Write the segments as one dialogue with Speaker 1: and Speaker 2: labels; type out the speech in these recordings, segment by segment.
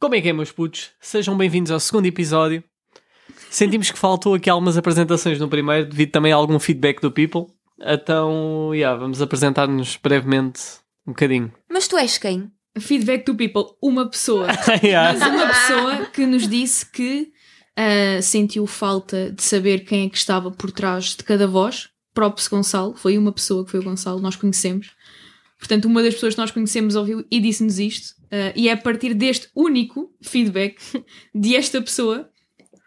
Speaker 1: Como é que é, meus putos? Sejam bem-vindos ao segundo episódio. Sentimos que faltou aqui algumas apresentações no primeiro, devido também a algum feedback do people. Então, yeah, vamos apresentar-nos brevemente um bocadinho.
Speaker 2: Mas tu és quem?
Speaker 3: Feedback do people, uma pessoa. Mas
Speaker 1: Yeah.
Speaker 3: uma pessoa que nos disse que ah, sentiu falta de saber quem é que estava por trás de cada voz. Props Gonçalo, foi uma pessoa que foi o Gonçalo, nós conhecemos. Portanto, uma das pessoas que nós conhecemos ouviu e disse-nos isto. ah, e é a partir deste único feedback de esta pessoa,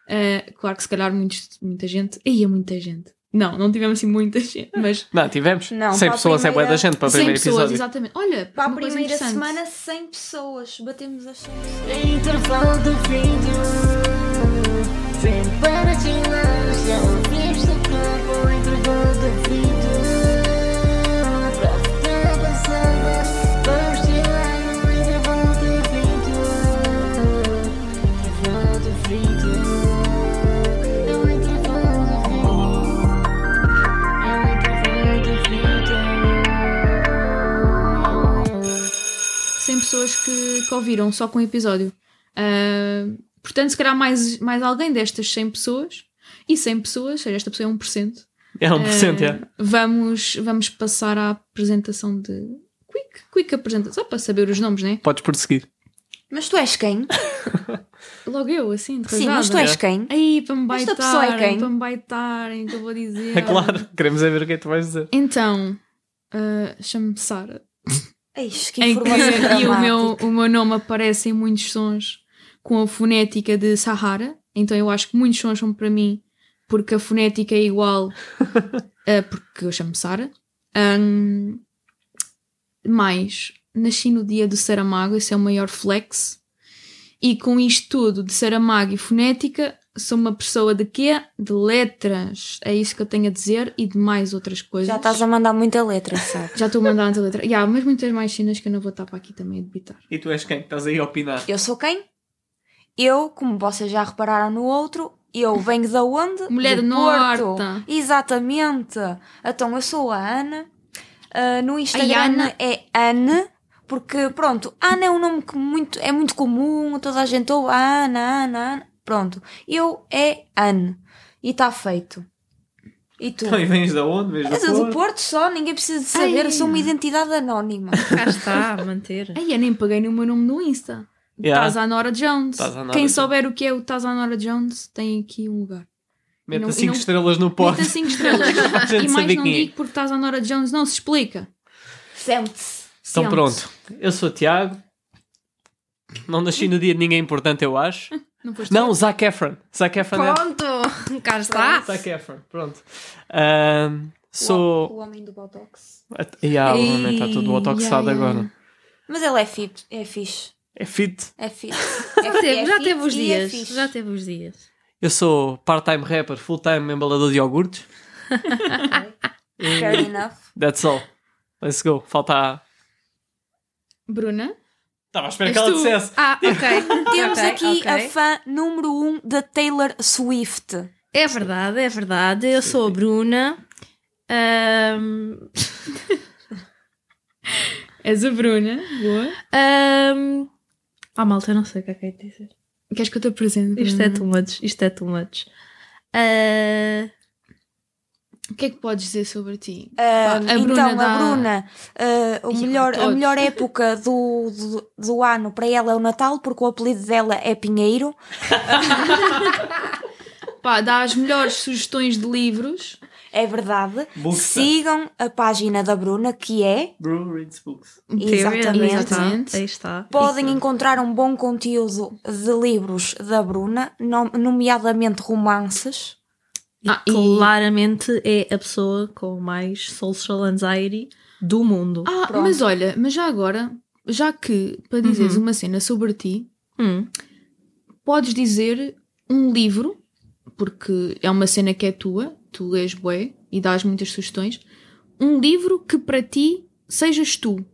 Speaker 3: ah, claro que se calhar muitos- muita gente, aí é muita gente. Não, não tivemos assim muita gente, mas
Speaker 1: Não, tivemos
Speaker 2: Não,
Speaker 1: 100
Speaker 2: para a
Speaker 1: pessoas, é boa da
Speaker 2: primeira-
Speaker 1: gente para o
Speaker 3: 100
Speaker 1: primeiro
Speaker 3: pessoas,
Speaker 1: episódio.
Speaker 3: exatamente. Olha,
Speaker 2: Para a
Speaker 3: uma coisa
Speaker 2: primeira
Speaker 3: interessante.
Speaker 2: semana, 100 pessoas. Batemos as 100 pessoas.
Speaker 4: Intervalo do vídeo Sempre para te um lançar Vimos do campo Intervalo do vídeo Pra ficar avançada Vamos tirar no intervalo do vídeo Intervalo do vídeo É o intervalo do vídeo É o intervalo do vídeo
Speaker 3: 100 pessoas que, que ouviram só com o episódio. Ah, portanto, se calhar mais, mais alguém destas 100 pessoas, e 100 pessoas, seja, esta pessoa é 1%,
Speaker 1: É 1%,
Speaker 3: ah,
Speaker 1: é.
Speaker 3: vamos, vamos passar à apresentação de. Quick, quick apresentação, só para saber os nomes, né?
Speaker 1: Podes prosseguir.
Speaker 2: Mas tu és quem?
Speaker 3: Logo eu, assim, de
Speaker 2: Sim, mas tu
Speaker 3: rasada.
Speaker 2: és quem?
Speaker 3: Aí, para me
Speaker 2: Esta pessoa é
Speaker 3: baitarem,
Speaker 2: quem?
Speaker 3: para me baitarem, que eu vou dizer.
Speaker 1: É claro, queremos é ver o que é que tu vais dizer.
Speaker 3: Então, ah, chamo-me Sara.
Speaker 2: Eis, que
Speaker 3: em
Speaker 2: informação
Speaker 3: que e o meu,
Speaker 2: dramática.
Speaker 3: o meu nome aparece em muitos sons com a fonética de Sahara, então eu acho que muitos sons são para mim porque a fonética é igual, eh, porque eu chamo Sara. Ahm, mais, nasci no dia do Saramago, esse é o maior flex. E com isto tudo de Saramago e fonética, sou uma pessoa de quê? De letras. É isso que eu tenho a dizer e de mais outras coisas.
Speaker 2: Já estás a mandar muita letra, sabe?
Speaker 3: Já estou a mandar antes a letra. Yeah, mas muitas mais cenas que eu não vou estar para aqui também a debitar.
Speaker 1: E tu és quem? Estás aí a opinar.
Speaker 2: Eu sou quem? Eu, como vocês já repararam no outro, eu venho de onde?
Speaker 3: Mulher
Speaker 2: do
Speaker 3: do
Speaker 2: Porto.
Speaker 3: Norte.
Speaker 2: Exatamente. Então, eu sou a Ana. Ah, no Instagram
Speaker 3: Ai, Ana.
Speaker 2: é Ana, porque pronto, Ana é um nome que muito, é muito comum, toda a gente ouve Ana, Ana, Ana. Pronto, eu é Ana. E está feito. E tu?
Speaker 1: Então, e vens da onde? Vens
Speaker 2: Mas eu do
Speaker 1: do Porto?
Speaker 2: Porto só, ninguém precisa de saber, eu sou uma identidade anónima.
Speaker 5: Cá está, a manter.
Speaker 3: Ai, eu nem paguei no meu nome no Insta.
Speaker 1: Yeah.
Speaker 3: Tazanora Jones.
Speaker 1: Tazanora
Speaker 3: Quem
Speaker 1: Jones.
Speaker 3: souber o que é o Tazanora Jones, tem aqui um lugar. E
Speaker 1: Meta
Speaker 3: não-
Speaker 1: 5
Speaker 3: e não-
Speaker 1: estrelas no Porto.
Speaker 3: Porta 5 estrelas.
Speaker 1: A gente
Speaker 3: e mais
Speaker 1: saber
Speaker 3: não
Speaker 1: quem é.
Speaker 3: digo porque Tazanora Jones não se explica.
Speaker 2: Sente-se.
Speaker 1: Então
Speaker 3: Sente.
Speaker 1: pronto, eu sou o Tiago. Não nasci no dia de ninguém importante, eu acho.
Speaker 3: Não foste
Speaker 1: Não, Zac Efron. Zac Efron é...
Speaker 5: Pronto! Cá está!
Speaker 3: Tá
Speaker 1: Zac Efron, pronto. Ahm,
Speaker 2: O,
Speaker 1: sou...
Speaker 2: homem do Botox.
Speaker 1: At- Yeah,
Speaker 2: Ei,
Speaker 1: obviamente está tá tudo autoxado
Speaker 3: yeah, yeah,
Speaker 1: agora.
Speaker 2: Mas ele é fit, é fixe.
Speaker 1: É fit.
Speaker 2: É fit.
Speaker 5: Já
Speaker 3: É
Speaker 5: teve, já
Speaker 2: fit
Speaker 5: teve os
Speaker 2: e é
Speaker 5: dias.
Speaker 2: fixe.
Speaker 5: já teve os dias.
Speaker 1: Eu sou part-time rapper, full-time embalador de iogurtes.
Speaker 2: Fair enough.
Speaker 1: That's all. Let's go. Falta a...
Speaker 3: Bruna?
Speaker 1: Estava à espera
Speaker 3: És
Speaker 1: que ela
Speaker 3: tu?
Speaker 1: dissesse.
Speaker 5: Ah, ok.
Speaker 2: Temos
Speaker 5: Ok,
Speaker 2: aqui
Speaker 5: ok.
Speaker 2: a fã número 1 um da Taylor Swift.
Speaker 5: É verdade, é verdade. Eu sou a Bruna. Ahm,
Speaker 3: És a Bruna. Boa.
Speaker 5: ahm, Ah, malta, eu não sei o que é que é de dizer.
Speaker 3: Queres que eu te apresente?
Speaker 5: Isto é
Speaker 3: Bruna?
Speaker 5: too much, isto é too much. Ah,
Speaker 3: O que é que podes dizer sobre ti?
Speaker 2: Ah,
Speaker 3: Pá, a
Speaker 2: então,
Speaker 3: Bruna
Speaker 2: a
Speaker 3: dá-
Speaker 2: Bruna, ah, o
Speaker 5: é
Speaker 3: Ih,
Speaker 2: melhor, a
Speaker 3: todos.
Speaker 2: melhor época do, do, do ano para ela é o Natal, porque o apelido dela é Pinheiro.
Speaker 3: Pá, dá as melhores sugestões de livros.
Speaker 2: É verdade.
Speaker 1: Buxa.
Speaker 2: Sigam a página da Bruna, que é.
Speaker 1: Bro reads books.
Speaker 2: Exatamente.
Speaker 3: Exatamente.
Speaker 5: Aí está.
Speaker 2: Podem
Speaker 5: Isso.
Speaker 2: encontrar um bom conteúdo de livros da Bruna, nom- nomeadamente romances.
Speaker 5: E
Speaker 3: Ah, e-
Speaker 5: claramente é a pessoa com mais social anxiety do mundo.
Speaker 3: Ah,
Speaker 2: Pronto. Uhum.
Speaker 3: mas olha, mas já agora, já que para dizeres uma cena sobre ti,
Speaker 5: Hum.
Speaker 3: podes dizer um livro, porque é uma cena que é tua, tu lês bué e dás muitas sugestões, um livro que para ti sejas tu.
Speaker 2: Uhum.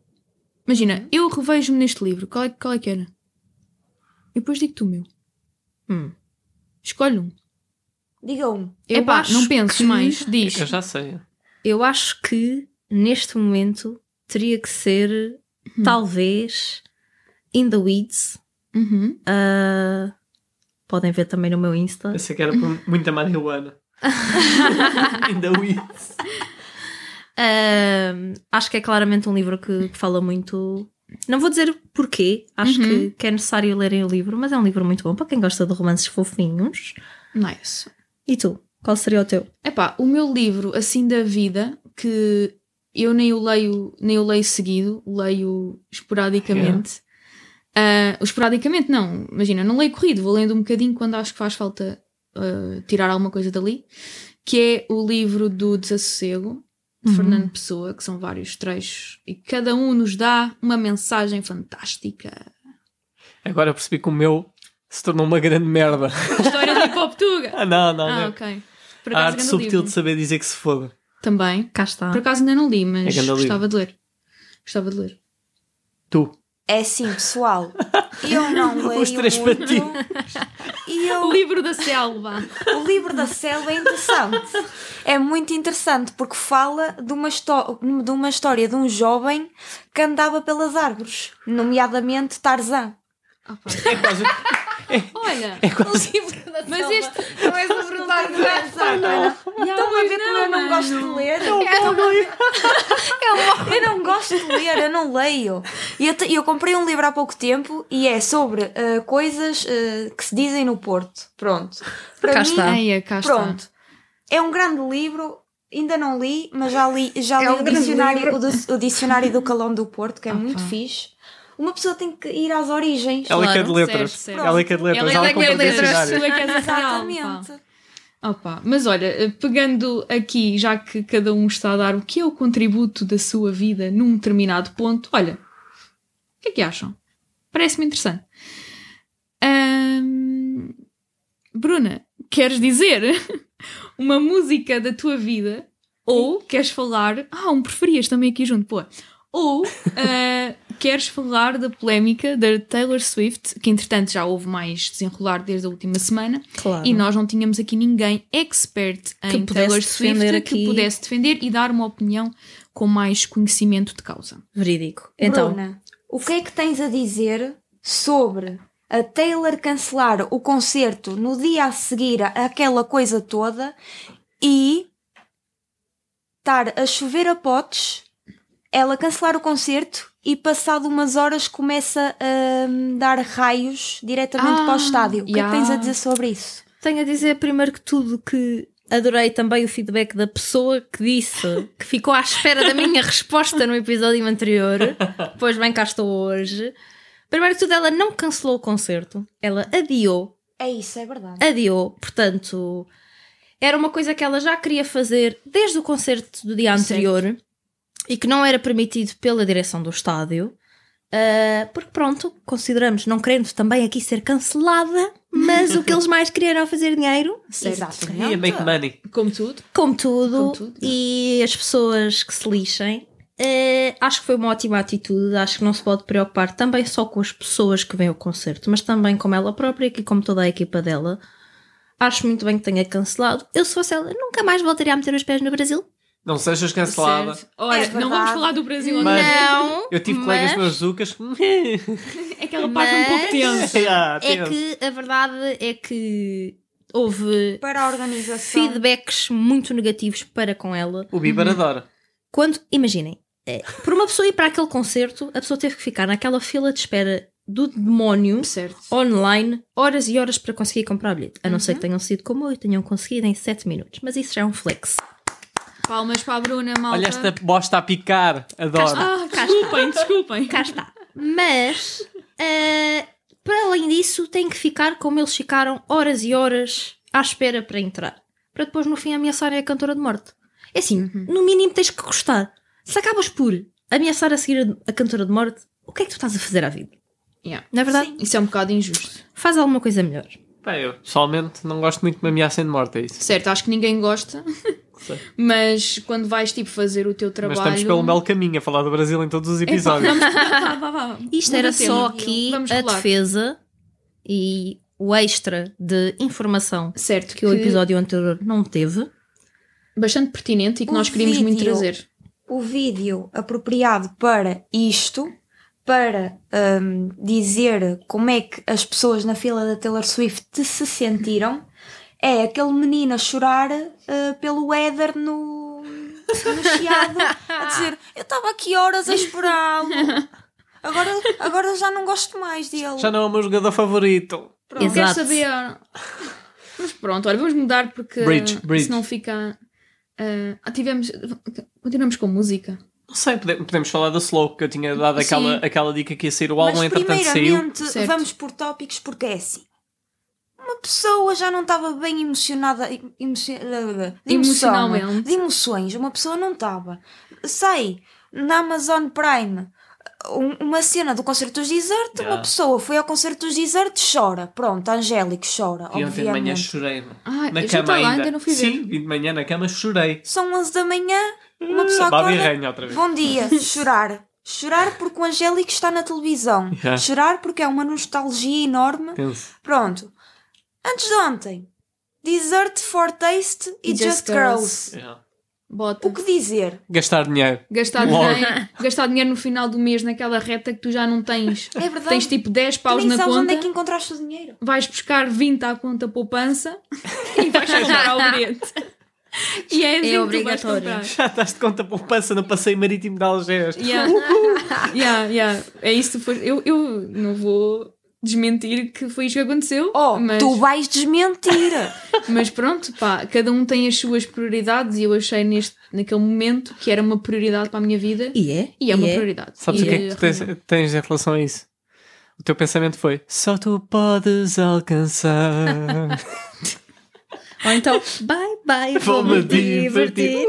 Speaker 3: Imagina, eu revejo-me neste livro, qual é, qual é que era? E depois digo-te o meu.
Speaker 5: Hum.
Speaker 3: Escolhe um.
Speaker 2: Diga um.
Speaker 5: Eu
Speaker 3: Epá,
Speaker 5: acho
Speaker 3: não penses
Speaker 5: que-
Speaker 3: mais, diz.
Speaker 1: Eu já sei.
Speaker 5: Eu acho que neste momento teria que ser,
Speaker 3: Hum.
Speaker 5: talvez, In the Weeds,
Speaker 3: Uhum.
Speaker 5: Ah, podem ver também no meu Insta.
Speaker 1: Eu sei que era por muita marihuana. Ainda o isso.
Speaker 5: Ahm, acho que é claramente um livro que, que fala muito. Não vou dizer porquê, acho que, que é necessário lerem o livro, mas é um livro muito bom para quem gosta de romances fofinhos.
Speaker 3: Nice.
Speaker 5: E tu? Qual seria o teu?
Speaker 3: Epá, o meu livro, assim da vida, que eu nem o leio, nem o leio seguido, leio esporadicamente. Ah, esporadicamente, não, imagina, não leio corrido, vou lendo um bocadinho quando acho que faz falta ah, tirar alguma coisa dali, que é o livro do Desassossego, de
Speaker 5: Uhum.
Speaker 3: Fernando Pessoa, que são vários trechos, e cada um nos dá uma mensagem fantástica.
Speaker 1: Agora percebi que o meu se tornou uma grande merda.
Speaker 3: História de Hipoptuga!
Speaker 1: Ah, não, não,
Speaker 3: Ah,
Speaker 1: não.
Speaker 3: ok. Por
Speaker 1: A
Speaker 3: acaso,
Speaker 1: arte
Speaker 3: grande
Speaker 1: subtil
Speaker 3: livro.
Speaker 1: de saber dizer que se foda.
Speaker 3: Também.
Speaker 5: Cá está.
Speaker 3: Por acaso ainda não li,
Speaker 1: É
Speaker 3: mas
Speaker 1: grande livro.
Speaker 3: gostava de ler. Gostava de ler.
Speaker 1: Tu.
Speaker 2: É assim, pessoal. Eu não leio
Speaker 1: Os três
Speaker 2: muito.
Speaker 1: patinhos.
Speaker 2: E eu,
Speaker 3: O livro da selva.
Speaker 2: o livro da Selva é interessante. É muito interessante porque fala de uma, histó- de uma história de um jovem que andava pelas árvores, nomeadamente Tarzan.
Speaker 3: Opa.
Speaker 1: É quase,
Speaker 3: Olha,
Speaker 1: é quase
Speaker 3: mas este
Speaker 2: Não é? és o brutal de Tarzan. Estão a ver como eu não gosto de ler? Eu não gosto de ler, eu não leio. E Eu, te- eu comprei um livro há pouco tempo e é sobre eh, coisas eh, que se dizem no Porto. Pronto. Para
Speaker 5: Cá
Speaker 2: mim,
Speaker 5: está.
Speaker 3: Ai, é, cá está.
Speaker 2: Pronto. É um grande livro, ainda não li, mas já li, já li
Speaker 5: um
Speaker 2: o,
Speaker 5: grande
Speaker 2: dicionário,
Speaker 5: livro.
Speaker 2: o, do- o dicionário do Calão do Porto, que é
Speaker 3: Opa.
Speaker 2: muito fixe. Uma pessoa tem que ir às origens.
Speaker 1: Ela é que é de
Speaker 5: Claro,
Speaker 1: letras.
Speaker 3: certo, certo.
Speaker 1: Ela é que é de letras.
Speaker 3: Ela
Speaker 1: Ela
Speaker 3: é que é de
Speaker 1: compra
Speaker 3: letras.
Speaker 1: dicionário.
Speaker 3: Tu é que és a real,
Speaker 2: Exatamente.
Speaker 3: pá. Opa, mas olha, eh, pegando aqui, já que cada um está a dar o que é o contributo da sua vida num determinado ponto, olha, o que é que acham? Parece-me interessante. Ahm, Bruna, queres dizer uma música da tua vida? Ou queres falar. Ah, um preferias também aqui junto, pô. Ou ah, queres falar da polémica da Taylor Swift, que entretanto já houve mais desenrolar desde a última semana.
Speaker 5: Claro.
Speaker 3: E nós não tínhamos aqui ninguém expert
Speaker 5: Que
Speaker 3: em
Speaker 5: pudesse
Speaker 3: Taylor
Speaker 5: defender
Speaker 3: Swift que
Speaker 5: aqui.
Speaker 3: pudesse defender e dar uma opinião com mais conhecimento de causa.
Speaker 5: Verídico. Então,
Speaker 2: Bruna, o que é que tens a dizer sobre a Taylor cancelar o concerto no dia a seguir àquela coisa toda e estar a chover a potes, ela cancelar o concerto e passado umas horas começa a hum, dar raios diretamente
Speaker 3: Ah,
Speaker 2: para o estádio. O que é
Speaker 3: yeah.
Speaker 2: que tens a dizer sobre isso?
Speaker 5: tenho a dizer primeiro que tudo que adorei também o feedback da pessoa que disse que ficou à espera da minha resposta no episódio anterior. Pois bem, cá estou hoje. Primeiro que tudo, ela não cancelou o concerto, ela adiou
Speaker 2: É isso, é verdade.
Speaker 5: adiou. Portanto, era uma coisa que ela já queria fazer desde o concerto do dia anterior e que não era permitido pela direção do estádio. Ah, porque pronto, consideramos, não querendo também aqui ser cancelada, mas o que eles mais queriam era fazer dinheiro,
Speaker 1: E é make money.
Speaker 3: Como tudo.
Speaker 5: contudo,
Speaker 3: Contudo.
Speaker 5: e as pessoas que se lixem. Ah, acho que foi uma ótima atitude, acho que não se pode preocupar também só com as pessoas que vêm ao concerto, mas também com ela própria e como toda a equipa dela acho muito bem que tenha cancelado. Eu, se fosse ela, nunca mais voltaria a meter os pés no Brasil.
Speaker 1: Não sejas cancelada.
Speaker 3: Certo. Olha,
Speaker 2: É
Speaker 3: não vamos
Speaker 2: verdade.
Speaker 3: falar do Brasil né?
Speaker 1: Mas-
Speaker 3: agora.
Speaker 5: não.
Speaker 1: Eu tive
Speaker 5: mas
Speaker 1: colegas meus zucas que.
Speaker 3: Aquela parte um pouco
Speaker 5: Mas-
Speaker 3: tensa.
Speaker 1: Ah,
Speaker 5: É
Speaker 1: tenso.
Speaker 5: que a verdade é que houve
Speaker 2: Para a organização.
Speaker 5: feedbacks muito negativos para com ela.
Speaker 1: O Bieber adora.
Speaker 5: Quando, imaginem, eh, por uma pessoa ir para aquele concerto, a pessoa teve que ficar naquela fila de espera do demónio
Speaker 3: Certo.
Speaker 5: online horas e horas para conseguir comprar o bilhete. A não ser que tenham sido como eu e tenham conseguido em 7 minutos. Mas isso já é um flex.
Speaker 3: Palmas para a Bruna, malta.
Speaker 1: Olha esta bosta a picar. Adoro.
Speaker 3: Ah, desculpem, desculpem.
Speaker 5: Cá está. Mas, eh, para além disso, tem que ficar como eles ficaram horas e horas à espera para entrar. Para depois, no fim, ameaçarem a cantora de morte. É assim, no mínimo tens que gostar. Se acabas por ameaçar a seguir a, a cantora de morte, o que é que tu estás a fazer à vida?
Speaker 3: Yeah.
Speaker 5: Na verdade,
Speaker 3: Isso é um bocado injusto.
Speaker 5: faz alguma coisa melhor.
Speaker 1: Pá, eu pessoalmente não gosto muito de me ameaçem de morte, é isso.
Speaker 3: Certo, acho que ninguém gosta,
Speaker 1: Sei.
Speaker 3: mas quando vais tipo fazer o teu trabalho.
Speaker 1: Mas estamos pelo belo caminho a falar do Brasil em todos os episódios.
Speaker 3: Vá, vá, vá.
Speaker 5: Isto
Speaker 3: Muda
Speaker 5: era
Speaker 3: tema.
Speaker 5: só aqui
Speaker 3: Vamos
Speaker 5: a
Speaker 3: rolar.
Speaker 5: defesa e o extra de informação
Speaker 3: Certo,
Speaker 5: que o episódio é anterior não teve.
Speaker 3: bastante pertinente e que
Speaker 2: O
Speaker 3: nós queríamos muito
Speaker 2: vídeo.
Speaker 3: trazer.
Speaker 2: o vídeo apropriado para isto para hum, dizer como é que as pessoas na fila da Taylor Swift se sentiram é aquele menino a chorar eh, pelo Éder no, no chiado a dizer eu estava aqui horas a esperá-lo agora, agora já não gosto mais dele
Speaker 1: Já não é o meu jogador favorito.
Speaker 3: Pronto, quero
Speaker 5: Exato.
Speaker 3: saber. Mas pronto, olha, vamos mudar porque
Speaker 1: Bridge, bridge.
Speaker 3: senão fica. eh, ah, tivemos. Continuamos com música.
Speaker 1: Não sei, pode- podemos falar da Slow, que eu tinha dado
Speaker 3: Sim.
Speaker 1: aquela, aquela dica que ia sair o
Speaker 2: mas
Speaker 1: álbum, entretanto é, saiu.
Speaker 2: primeiramente
Speaker 3: Certo.
Speaker 2: vamos por tópicos porque é assim uma pessoa já não estava bem emocionada emoci- eh, de emoção,
Speaker 3: Emocionalmente.
Speaker 2: de emoções uma pessoa não estava sei na Amazon Prime um- uma cena do concerto dos desertos
Speaker 1: Yeah.
Speaker 2: uma pessoa foi ao concerto dos desertos chora pronto Angélico chora
Speaker 1: E ontem de manhã
Speaker 2: obviamente
Speaker 1: chorei. mano.
Speaker 3: Ah,
Speaker 1: na cama
Speaker 3: eu já estava lá,
Speaker 1: ainda.
Speaker 3: ainda não fui ver.
Speaker 1: Sim, vim de manhã na cama, chorei.
Speaker 2: são 11 da manhã uma pessoa
Speaker 1: Babi
Speaker 2: acorda
Speaker 1: Rainha outra vez.
Speaker 2: Bom dia, chorar. Chorar porque o Angélico está na televisão.
Speaker 1: Yeah.
Speaker 2: Chorar porque é uma nostalgia enorme.
Speaker 1: Tenso.
Speaker 2: Pronto. Antes de ontem, Dessert for Taste e Just, Girls.
Speaker 1: Yeah.
Speaker 3: Bota.
Speaker 2: O que dizer?
Speaker 1: "É, Gastar dinheiro.
Speaker 3: Gastar
Speaker 1: Logo.
Speaker 3: dinheiro, gastar dinheiro no final do mês naquela reta que tu já não tens.
Speaker 2: É verdade.
Speaker 3: Tens tipo 10
Speaker 2: tu
Speaker 3: paus
Speaker 2: nem
Speaker 3: na
Speaker 2: sabes
Speaker 3: conta.
Speaker 2: onde é que encontraste o dinheiro.
Speaker 3: Vais buscar 20 à conta poupança e vais comprar ao bilhete. E é assim que tu vais
Speaker 5: obrigatório.
Speaker 3: comprar.
Speaker 1: Já estás de conta poupança no passeio marítimo de Algés.
Speaker 3: Yeah. yeah, yeah. É isso que foi. Eu, eu não vou desmentir que foi isso que aconteceu.
Speaker 2: Oh,
Speaker 3: mas,
Speaker 2: tu vais desmentir.
Speaker 3: mas pronto, pá, cada um tem as suas prioridades e eu achei neste, naquele momento que era uma prioridade para a minha vida
Speaker 5: E é?
Speaker 3: e é uma prioridade.
Speaker 1: Sabes o
Speaker 3: E,
Speaker 1: que é que tu tens, tens em relação a isso? O teu pensamento foi: só tu podes alcançar.
Speaker 5: Ou então, bye bye,
Speaker 1: Vou-me
Speaker 5: vou-me divertir.
Speaker 1: divertir.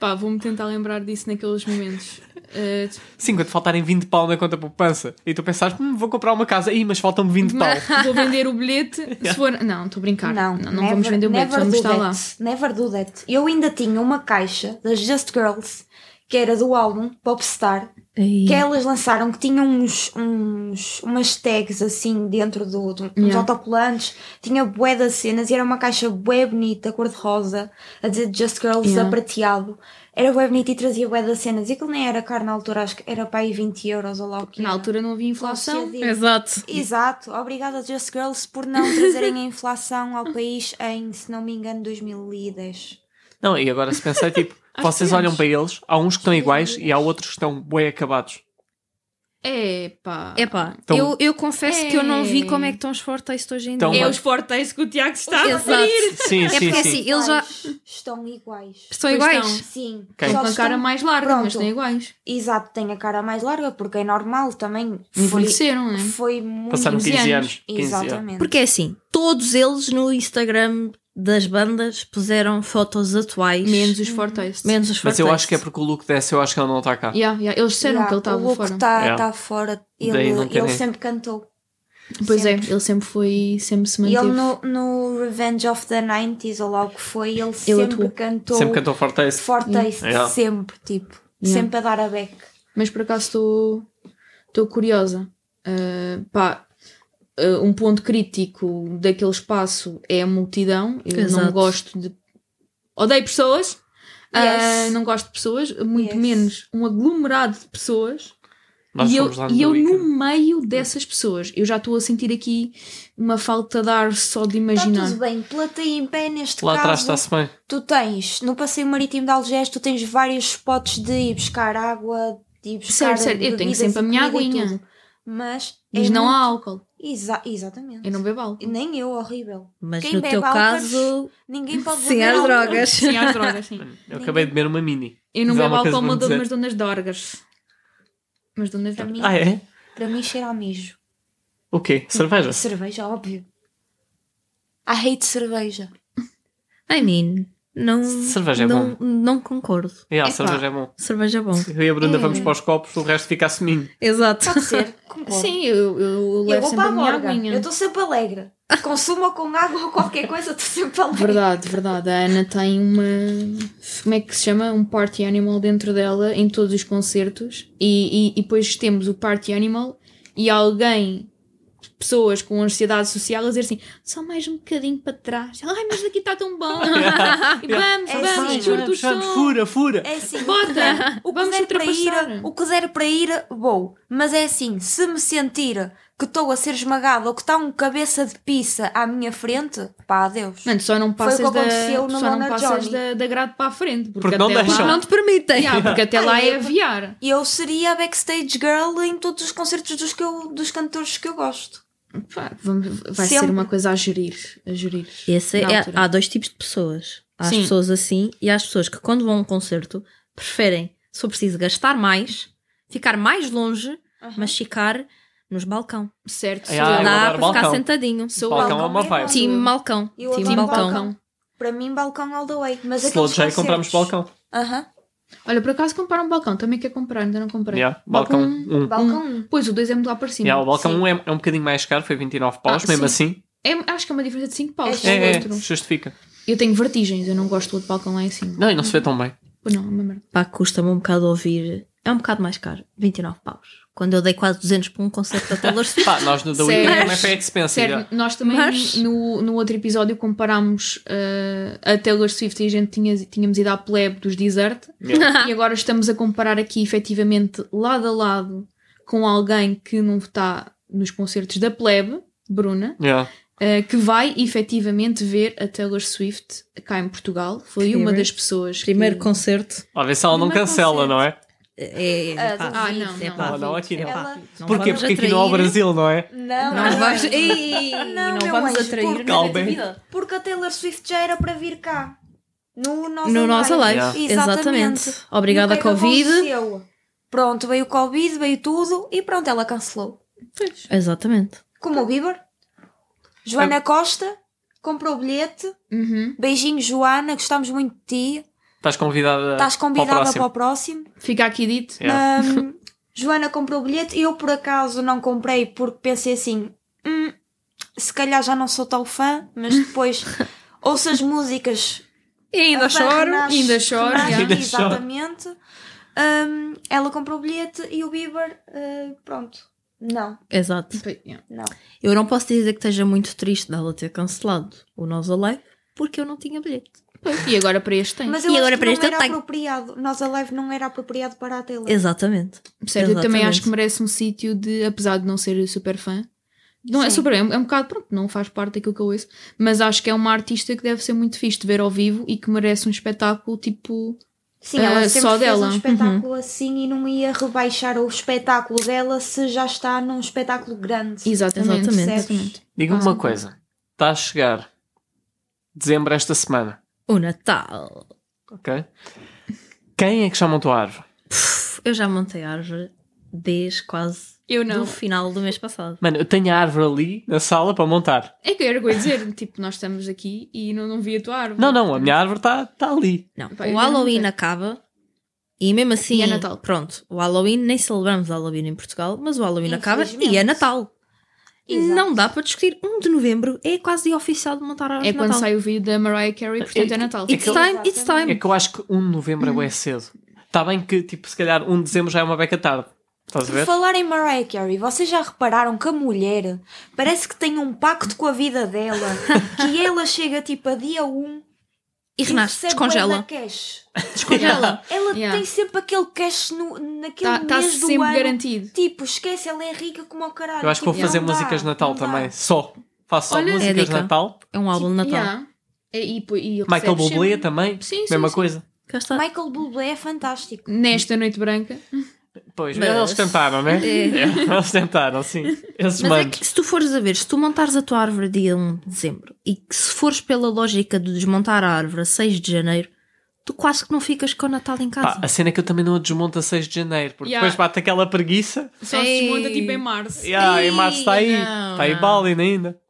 Speaker 3: Pá, vou-me tentar lembrar disso naqueles momentos. Eh,
Speaker 1: Sim, quando faltarem 20 pau na conta poupança e tu pensares, hum, vou comprar uma casa, Ih, mas faltam-me 20 pau.
Speaker 3: vou vender o bilhete se for. Não, estou a brincar. Não, Tá, não,
Speaker 2: never-
Speaker 3: vamos vender o bilhete,
Speaker 2: never
Speaker 3: vamos
Speaker 2: do
Speaker 3: estar lá.
Speaker 2: that. Never do that. Eu ainda tinha uma caixa das Just Girls, que era do álbum Popstar, que elas lançaram que tinham uns, uns umas tags assim dentro do, do, uns
Speaker 3: Yeah.
Speaker 2: autocolantes, tinha bué das cenas e era uma caixa bué bonita, cor-de-rosa, a dizer Just Girls
Speaker 3: Yeah.
Speaker 2: a prateado. Era bué bonito e trazia bué das cenas. E aquilo nem era caro na altura, acho que era para aí 20 euros ou lá o que
Speaker 3: Na
Speaker 2: era.
Speaker 3: altura não havia inflação.
Speaker 2: CD.
Speaker 5: Exato.
Speaker 2: Exato, obrigada Just Girls por não trazerem a inflação ao país em, se não me engano, 2010.
Speaker 1: Não, e agora se pensar, tipo,
Speaker 3: Acho
Speaker 1: vocês
Speaker 3: que
Speaker 1: olham
Speaker 3: temos.
Speaker 1: para eles, há uns que estão iguais e há outros que estão bem acabados.
Speaker 3: É pá.
Speaker 5: É pá,
Speaker 1: Então-
Speaker 5: eu, eu confesso que eu não vi
Speaker 3: É.
Speaker 5: como é que estão os fortes hoje em
Speaker 1: Então,
Speaker 5: dia.
Speaker 1: É
Speaker 3: É
Speaker 1: os
Speaker 3: os fortes que o Tiago está
Speaker 5: a
Speaker 3: a
Speaker 5: Exato. referir.
Speaker 3: referir.
Speaker 1: Sim,
Speaker 5: É
Speaker 1: sim,
Speaker 5: porque
Speaker 1: sim.
Speaker 5: assim, eles já
Speaker 2: Iguais, Estão iguais.
Speaker 5: estão
Speaker 3: Pois
Speaker 5: iguais.
Speaker 3: estão.
Speaker 2: Sim,
Speaker 1: Quem?
Speaker 2: só
Speaker 3: Com a
Speaker 2: estão-
Speaker 3: cara mais larga,
Speaker 2: Pronto.
Speaker 3: mas estão iguais.
Speaker 2: Exato, tem a cara mais larga, porque é normal também. Foi,
Speaker 3: Envelheceram, não é?
Speaker 2: foi muito.
Speaker 1: Um Passaram 15 anos.
Speaker 3: 15
Speaker 1: 15 anos.
Speaker 2: Exatamente.
Speaker 5: Porque é assim, todos eles no Instagram das bandas puseram fotos atuais.
Speaker 3: Menos os fortes.
Speaker 5: menos os
Speaker 1: Mas eu
Speaker 5: fortes.
Speaker 1: acho que é porque o look dessa, eu acho que ele não está cá.
Speaker 3: Yeah, yeah, Eles disseram
Speaker 2: Yeah,
Speaker 3: que ele
Speaker 2: o
Speaker 3: estava
Speaker 2: Luke
Speaker 3: fora.
Speaker 2: Tá,
Speaker 1: Yeah.
Speaker 2: tá fora. Ele,
Speaker 1: Daí não
Speaker 2: ele
Speaker 1: querem.
Speaker 2: sempre cantou.
Speaker 3: Pois é,
Speaker 2: Sempre.
Speaker 3: ele sempre foi, sempre se
Speaker 2: E
Speaker 3: manteve.
Speaker 2: ele no, no Revenge of the 90s, ou lá o que foi, ele, sempre
Speaker 3: atuou.
Speaker 2: cantou.
Speaker 1: Sempre cantou forte esse.
Speaker 2: Forte taste,
Speaker 1: Yeah.
Speaker 2: sempre, tipo.
Speaker 3: Yeah.
Speaker 2: Sempre a dar a beck. Tá
Speaker 3: Mas por acaso estou estou curiosa. Ah, pá, ah, um ponto crítico daquele espaço é a multidão. Eu
Speaker 5: Exato.
Speaker 3: não gosto de. Odeio pessoas. Ah,
Speaker 2: Yes.
Speaker 3: não gosto de pessoas, muito
Speaker 2: Yes.
Speaker 3: menos um aglomerado de pessoas.
Speaker 1: Nós
Speaker 3: e eu,
Speaker 1: fomos lá
Speaker 3: e
Speaker 1: no
Speaker 3: eu
Speaker 1: weekend.
Speaker 3: no meio dessas pessoas, eu já estou a sentir aqui uma falta de ar só
Speaker 2: Está
Speaker 3: de imaginar.
Speaker 2: tudo bem, plateia em pé neste
Speaker 1: Lá atrás
Speaker 2: caso.
Speaker 1: está-se bem.
Speaker 2: Tu tens, no passeio marítimo de Algés, tu tens vários spots de ir buscar água, de ir buscar
Speaker 3: Certo, certo, eu tenho
Speaker 2: bebidas
Speaker 3: sempre a
Speaker 2: e
Speaker 3: minha
Speaker 2: comida e
Speaker 3: aguinha.
Speaker 2: é tudo. Mas, é
Speaker 3: Mas não
Speaker 2: muito-
Speaker 3: há álcool.
Speaker 2: Exa- exatamente.
Speaker 3: Eu não bebo álcool.
Speaker 2: Nem eu, horrível.
Speaker 5: Mas
Speaker 2: Quem
Speaker 5: no
Speaker 2: bebe
Speaker 5: teu
Speaker 2: álcool,
Speaker 5: caso,
Speaker 2: Ninguém pode
Speaker 5: sim,
Speaker 2: beber
Speaker 5: as
Speaker 2: álcool.
Speaker 5: drogas.
Speaker 3: Sim, às drogas, sim.
Speaker 1: Eu acabei de beber uma mini.
Speaker 3: Eu não
Speaker 1: Diz
Speaker 3: bebo
Speaker 1: alguma coisa
Speaker 3: álcool, mas
Speaker 1: para
Speaker 3: dou-
Speaker 1: me
Speaker 3: mas dou nas drogas. Mas dou nas drogas.
Speaker 2: mim-
Speaker 1: dizer. Ah, é?
Speaker 2: Para mim cheira a mijo.
Speaker 1: O quê? Cerveja?
Speaker 2: Cerveja, óbvio. I hate cerveja.
Speaker 5: I mean, não,
Speaker 1: Cerveja é
Speaker 5: não, não concordo.
Speaker 1: Yeah,
Speaker 3: Epá.
Speaker 1: cerveja é bom.
Speaker 5: Cerveja é bom.
Speaker 1: Eu e a Bruna vamos para os copos, o resto fica assim. a suminho.
Speaker 5: Exato.
Speaker 2: Pode ser, concordo.
Speaker 3: Sim, eu, eu
Speaker 2: Eu
Speaker 3: levo
Speaker 2: vou para
Speaker 3: sempre a
Speaker 2: a
Speaker 3: minha
Speaker 2: morga.
Speaker 3: aguinha.
Speaker 2: Eu estou sempre alegre. Consuma com água ou qualquer coisa, estou sempre alegre.
Speaker 3: Verdade, verdade. A Ana tem uma. Como é que se chama? Um party animal dentro dela em todos os concertos. E, e, e depois temos o party animal e alguém pessoas com ansiedade social a dizer assim, só mais um bocadinho para trás. Ela, Ai, mas daqui está tão bom. E vamos,
Speaker 2: É
Speaker 3: vamos,
Speaker 2: assim.
Speaker 3: juro do som.
Speaker 1: fura, fura.
Speaker 2: É assim,
Speaker 3: Bota!
Speaker 2: o que
Speaker 3: Vamos
Speaker 2: der para ir,
Speaker 3: ultrapassar.
Speaker 2: o que der para ir, vou. Mas é assim, se me sentir que estou a ser esmagado ou que está um cabeça de pizza à minha frente, pá, adeus.
Speaker 3: Mano, só
Speaker 2: Foi
Speaker 3: não
Speaker 2: o que
Speaker 3: passas, da,
Speaker 2: aconteceu no
Speaker 3: só não
Speaker 2: Mona
Speaker 3: passas
Speaker 2: Johnny.
Speaker 3: da, da grade para a frente. Porque,
Speaker 1: Porque
Speaker 3: até
Speaker 1: não
Speaker 3: lá,
Speaker 1: deixam.
Speaker 5: Não te permitem.
Speaker 3: Yeah, porque até lá
Speaker 2: Ai,
Speaker 3: é
Speaker 2: eu-
Speaker 3: aviar.
Speaker 2: Eu seria a backstage girl em todos os concertos dos, que eu- dos cantores que eu gosto.
Speaker 3: Pá, vamos- vai ser
Speaker 2: Sempre.
Speaker 3: uma coisa a gerir. A gerir.
Speaker 5: Esse é-
Speaker 3: Na altura.
Speaker 5: há dois tipos de pessoas. Há as
Speaker 3: Sim.
Speaker 5: pessoas assim e há as pessoas que, quando vão a um concerto, preferem, se for preciso, gastar mais, ficar mais longe, mas ficar nos balcão.
Speaker 3: Certo.
Speaker 1: Ai,
Speaker 3: sou
Speaker 1: ai,
Speaker 3: Ah, eu.
Speaker 1: eu
Speaker 5: Dá
Speaker 1: adoro
Speaker 5: para ficar
Speaker 1: balcão.
Speaker 5: sentadinho.
Speaker 3: Sou eu.
Speaker 1: Balcão é uma
Speaker 2: balcão é
Speaker 1: vibe.
Speaker 5: Time balcão.
Speaker 2: Eu
Speaker 5: Time
Speaker 2: adoro
Speaker 5: balcão.
Speaker 3: balcão.
Speaker 2: Para mim, balcão all the way. Mas
Speaker 1: Slow
Speaker 2: aqueles
Speaker 1: J
Speaker 2: concertos-
Speaker 1: compramos balcão.
Speaker 2: Aham.
Speaker 3: Olha, por acaso comprar um balcão. Também quer comprar, ainda não comprei.
Speaker 1: Yeah, balcão 1.
Speaker 2: Balcão um.
Speaker 3: Pois, o 2 é muito lá para cima.
Speaker 1: Yeah, o balcão
Speaker 3: Sim.
Speaker 1: 1 é, é um bocadinho mais caro, foi 29 paus,
Speaker 3: Ah,
Speaker 1: mesmo
Speaker 3: É- acho que é uma diferença de 5 paus.
Speaker 1: assim. É,
Speaker 3: É,
Speaker 1: é,
Speaker 3: outro.
Speaker 1: justifica.
Speaker 3: Eu tenho vertigens, eu não gosto do outro balcão lá em cima.
Speaker 1: Não, e não se vê tão bem.
Speaker 3: Pois não, é uma merda.
Speaker 5: Pá, custa-me um bocado ouvir. É um bocado mais caro. 29 paus. Quando eu dei quase 200 para um concerto da Taylor Swift.
Speaker 1: Pá, nós no The
Speaker 3: Sério?
Speaker 1: Weeknd também foi expensive.
Speaker 3: Sério,
Speaker 1: yeah.
Speaker 3: nós também
Speaker 5: Mas-
Speaker 3: no, no outro episódio comparámos eh, a Taylor Swift e a gente tinha, tínhamos ido à plebe dos Desert
Speaker 1: Yeah.
Speaker 3: e agora estamos a comparar aqui efetivamente lado a lado com alguém que não está nos concertos da plebe, Bruna,
Speaker 1: Yeah.
Speaker 3: eh, que vai efetivamente ver a Taylor Swift cá em Portugal. Foi uma
Speaker 5: Primeiro-
Speaker 3: das pessoas
Speaker 5: Primeiro
Speaker 3: que...
Speaker 5: concerto.
Speaker 1: Olha, vê se ela não
Speaker 5: Primeiro
Speaker 1: cancela,
Speaker 5: concerto.
Speaker 1: não é?
Speaker 5: É, é,
Speaker 2: Ah,
Speaker 5: pá,
Speaker 2: ah,
Speaker 5: é
Speaker 3: não,
Speaker 5: pá,
Speaker 3: não.
Speaker 5: pá,
Speaker 1: Não, não, aqui
Speaker 5: é
Speaker 1: não.
Speaker 5: pá.
Speaker 2: Ela-
Speaker 5: Não
Speaker 1: Porquê?
Speaker 5: vamos
Speaker 1: Porque aqui não é o
Speaker 5: atrair-
Speaker 1: Brasil, não é?
Speaker 2: Não,
Speaker 5: Não vamos,
Speaker 2: é.
Speaker 5: Ei,
Speaker 2: Não,
Speaker 5: não,
Speaker 2: não
Speaker 5: vamos
Speaker 2: é.
Speaker 5: atrair
Speaker 1: Calma.
Speaker 5: negatividade.
Speaker 2: Porque a Taylor Swift já era para vir cá. No nosso
Speaker 5: No nosso live,
Speaker 1: Yeah.
Speaker 5: exatamente. Obrigada,
Speaker 2: E o que é que
Speaker 5: Covid.
Speaker 2: aconteceu? Pronto, veio o Covid, veio tudo e pronto, ela cancelou.
Speaker 5: Exatamente.
Speaker 2: Como o Bieber. Joana
Speaker 1: É.
Speaker 2: Costa comprou o bilhete.
Speaker 3: Uhum.
Speaker 2: Beijinho, Joana, gostamos muito de ti.
Speaker 1: Estás convidada
Speaker 2: Estás
Speaker 1: para o
Speaker 2: convidada para
Speaker 1: Tá, próximo.
Speaker 2: o próximo.
Speaker 3: Fica aqui dito.
Speaker 1: Yeah.
Speaker 2: Ahm, Joana comprou o bilhete e eu por acaso não comprei porque pensei assim: "Hum, se calhar já não sou tão fã, mas depois ouço as músicas.
Speaker 5: E ainda
Speaker 2: a fã renasce-
Speaker 3: ainda choro,
Speaker 2: renasce,
Speaker 1: já. Ainda choro.
Speaker 2: Exatamente. Ahm, ela comprou o bilhete e o Bieber, ah, pronto. Não,
Speaker 5: Exato.
Speaker 3: Yeah.
Speaker 2: não.
Speaker 5: Eu não posso dizer que esteja muito triste dela ter cancelado o Nós Alive porque eu não tinha bilhete.
Speaker 3: E agora para este tem.
Speaker 2: Mas eu
Speaker 5: E
Speaker 2: acho
Speaker 5: agora
Speaker 2: que
Speaker 5: para
Speaker 2: não
Speaker 5: este eu
Speaker 2: era
Speaker 5: tenho.
Speaker 2: apropriado. Nós a live não era apropriado para a Taylor.
Speaker 5: Exatamente.
Speaker 3: Sério, eu também
Speaker 5: Exatamente.
Speaker 3: acho que merece um sítio de, apesar de não ser super fã, não é
Speaker 2: Sim.
Speaker 3: super, é um, é um bocado, pronto, não faz parte daquilo que eu ouço, mas acho que é uma artista que deve ser muito fixe de ver ao vivo e que merece um espetáculo tipo.
Speaker 2: Sim, ela
Speaker 3: Ah,
Speaker 2: sempre
Speaker 3: só
Speaker 2: fez
Speaker 3: dela. Uhum.
Speaker 2: um espetáculo assim e não ia rebaixar o espetáculo dela se já está num espetáculo grande.
Speaker 3: Exatamente.
Speaker 5: Exatamente.
Speaker 2: Percebes?
Speaker 1: Diga-me
Speaker 3: Ah,
Speaker 1: uma
Speaker 3: sim.
Speaker 1: coisa. Está a chegar dezembro esta semana,
Speaker 5: O Natal.
Speaker 1: ok? Quem é que já montou a árvore?
Speaker 5: Puf, eu já montei a árvore desde quase
Speaker 3: Eu
Speaker 5: do
Speaker 3: não.
Speaker 5: final do mês passado.
Speaker 1: Mano, eu tenho a árvore ali na sala para montar.
Speaker 3: É que eu era o que eu ia dizer, tipo, nós estamos aqui e não, não vi a tua árvore.
Speaker 1: Não, não, a minha árvore está tá ali.
Speaker 5: Não,
Speaker 3: Pá, eu
Speaker 5: o
Speaker 3: já não
Speaker 5: Halloween
Speaker 3: sei.
Speaker 5: acaba e mesmo assim.
Speaker 3: E é Natal.
Speaker 5: Pronto, o Halloween, nem celebramos o Halloween em Portugal, mas o Halloween acaba e é
Speaker 2: Infelizmente.
Speaker 5: Natal. E
Speaker 2: Exato.
Speaker 5: Não dá para discutir. 1 de novembro é quase dia oficial de montar a árvore
Speaker 3: É
Speaker 5: de
Speaker 3: quando
Speaker 5: Natal.
Speaker 3: sai o vídeo da Mariah Carey, portanto
Speaker 1: É-
Speaker 3: é Natal.
Speaker 5: It's
Speaker 1: É que-
Speaker 5: time, it's time.
Speaker 1: É que eu acho que 1 de novembro é bué cedo. Está bem que, tipo, se calhar 1 de dezembro já é uma beca tarde. Estás a
Speaker 2: Por
Speaker 1: ver?
Speaker 2: falar em Mariah Carey, vocês já repararam que a mulher parece que tem um pacto com a vida dela, que ela chega tipo a dia 1 É
Speaker 5: E renasce,
Speaker 2: recebe bué da
Speaker 5: descongela.
Speaker 2: cash.
Speaker 5: Descongela.
Speaker 2: Ela
Speaker 3: Yeah.
Speaker 2: tem sempre aquele cash no, naquele
Speaker 3: Está
Speaker 2: é mês
Speaker 3: tá
Speaker 2: do
Speaker 3: sempre
Speaker 2: ano.
Speaker 3: garantido.
Speaker 2: Tipo, esquece, ela é rica como o caralho.
Speaker 1: Eu acho que vou
Speaker 2: Tipo,
Speaker 1: fazer
Speaker 2: não dá,
Speaker 1: músicas de Natal
Speaker 2: não dá.
Speaker 1: também. Só. Faço só
Speaker 3: Olha-
Speaker 5: É a
Speaker 1: músicas de
Speaker 5: dica.
Speaker 1: Natal.
Speaker 5: É um álbum de Natal.
Speaker 3: Tipo, Yeah. É, E, e, e
Speaker 1: Michael
Speaker 3: recebes
Speaker 1: Bublé
Speaker 2: então.
Speaker 3: sempre.
Speaker 1: também.
Speaker 3: Sim, sim,
Speaker 1: Mesma
Speaker 3: sim.
Speaker 1: coisa.
Speaker 5: Cá está.
Speaker 2: Michael Bublé é fantástico.
Speaker 3: Nesta noite branca.
Speaker 1: Pois,
Speaker 5: Mas-
Speaker 1: eles tentaram, né?
Speaker 5: É.
Speaker 1: Eles tentaram, sim. Esses
Speaker 5: Mas é
Speaker 1: manos.
Speaker 5: que se tu fores a ver, se tu montares a tua árvore dia 1 de dezembro e que se fores pela lógica de desmontar a árvore a 6 de janeiro, tu quase que não ficas com o Natal em
Speaker 1: Pá,
Speaker 5: casa.
Speaker 1: a cena é que eu também não a desmonto a 6 de janeiro, porque
Speaker 3: Yeah.
Speaker 1: depois bate aquela preguiça.
Speaker 3: Só se desmonta
Speaker 5: Ei.
Speaker 3: tipo em março.
Speaker 1: Yeah, e março está aí.
Speaker 5: não,
Speaker 1: Está aí
Speaker 5: não.
Speaker 1: Bali né, ainda.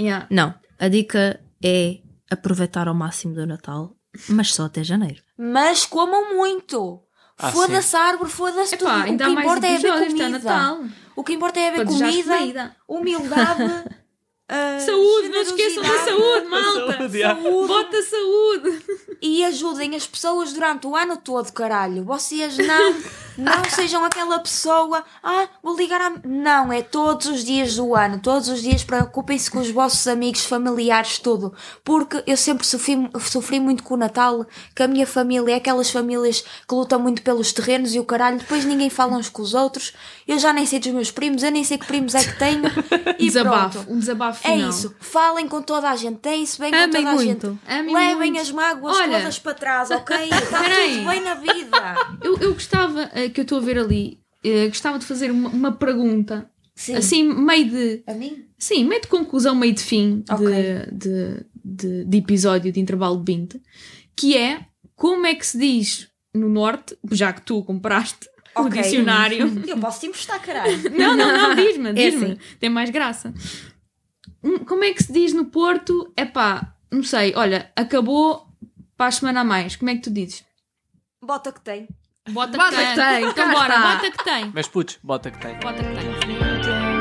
Speaker 3: Yeah.
Speaker 5: Não, a dica é aproveitar ao máximo do Natal, mas só até janeiro.
Speaker 2: Mas comam muito.
Speaker 1: Ah,
Speaker 2: foda-se a árvore, foda-se tudo.
Speaker 3: Epá,
Speaker 2: o
Speaker 3: ainda
Speaker 2: que
Speaker 3: há mais
Speaker 2: importa é haver
Speaker 3: episódios, está
Speaker 2: comida.
Speaker 3: Natal.
Speaker 2: O que importa é haver
Speaker 3: Para desejar
Speaker 2: comida,
Speaker 3: comida.
Speaker 2: humildade. ah,
Speaker 3: Saúde, não esqueçam da
Speaker 2: generosidade.
Speaker 3: saúde, malta.
Speaker 1: Saúde, yeah.
Speaker 3: Saúde. Bota saúde.
Speaker 2: E ajudem as pessoas durante o ano todo, caralho. Vocês não Não sejam aquela pessoa, ah, vou ligar à. Não, é todos os dias do ano, todos os dias preocupem-se com os vossos amigos, familiares, tudo. Porque eu sempre sofri, sofri muito com o Natal, que a minha família é aquelas famílias que lutam muito pelos terrenos e o caralho, depois ninguém fala uns com os outros. Eu já nem sei dos meus primos, eu nem sei que primos é que tenho. E
Speaker 3: desabafo,
Speaker 2: pronto.
Speaker 3: um desabafo
Speaker 2: É
Speaker 3: final.
Speaker 2: isso, falem com toda a gente, deem-se bem com
Speaker 5: Amem
Speaker 2: toda a
Speaker 5: muito,
Speaker 2: gente.
Speaker 3: amem
Speaker 2: Levem
Speaker 3: muito.
Speaker 2: as mágoas
Speaker 3: Olha.
Speaker 2: todas para trás, ok? Está
Speaker 3: Peraí.
Speaker 2: tudo bem na vida.
Speaker 3: Eu, eu gostava, eh, que eu estou a ver ali, eh, gostava de fazer uma, uma pergunta,
Speaker 2: Sim.
Speaker 3: assim, meio de.
Speaker 2: A mim?
Speaker 3: Sim, meio de conclusão, meio de fim de-
Speaker 2: Ok.
Speaker 3: de, de, de episódio de intervalo de 20, que é como é que se diz no norte, já que tu compraste o
Speaker 2: Ok.
Speaker 3: dicionário.
Speaker 2: Eu posso te emprestar, caralho.
Speaker 3: Não, não, não, diz-me, diz-me.
Speaker 5: assim.
Speaker 3: É Tem mais graça. Hum, Como é que se diz no Porto? É pá, não sei, olha, acabou para a semana a mais. Como é que tu dizes?
Speaker 2: Bota que tem.
Speaker 3: Bota,
Speaker 5: Bota que tem, cá
Speaker 3: Então bora,
Speaker 5: está.
Speaker 3: bota que tem.
Speaker 1: Mas putz, bota que tem.
Speaker 3: Bota que tem.
Speaker 4: Então,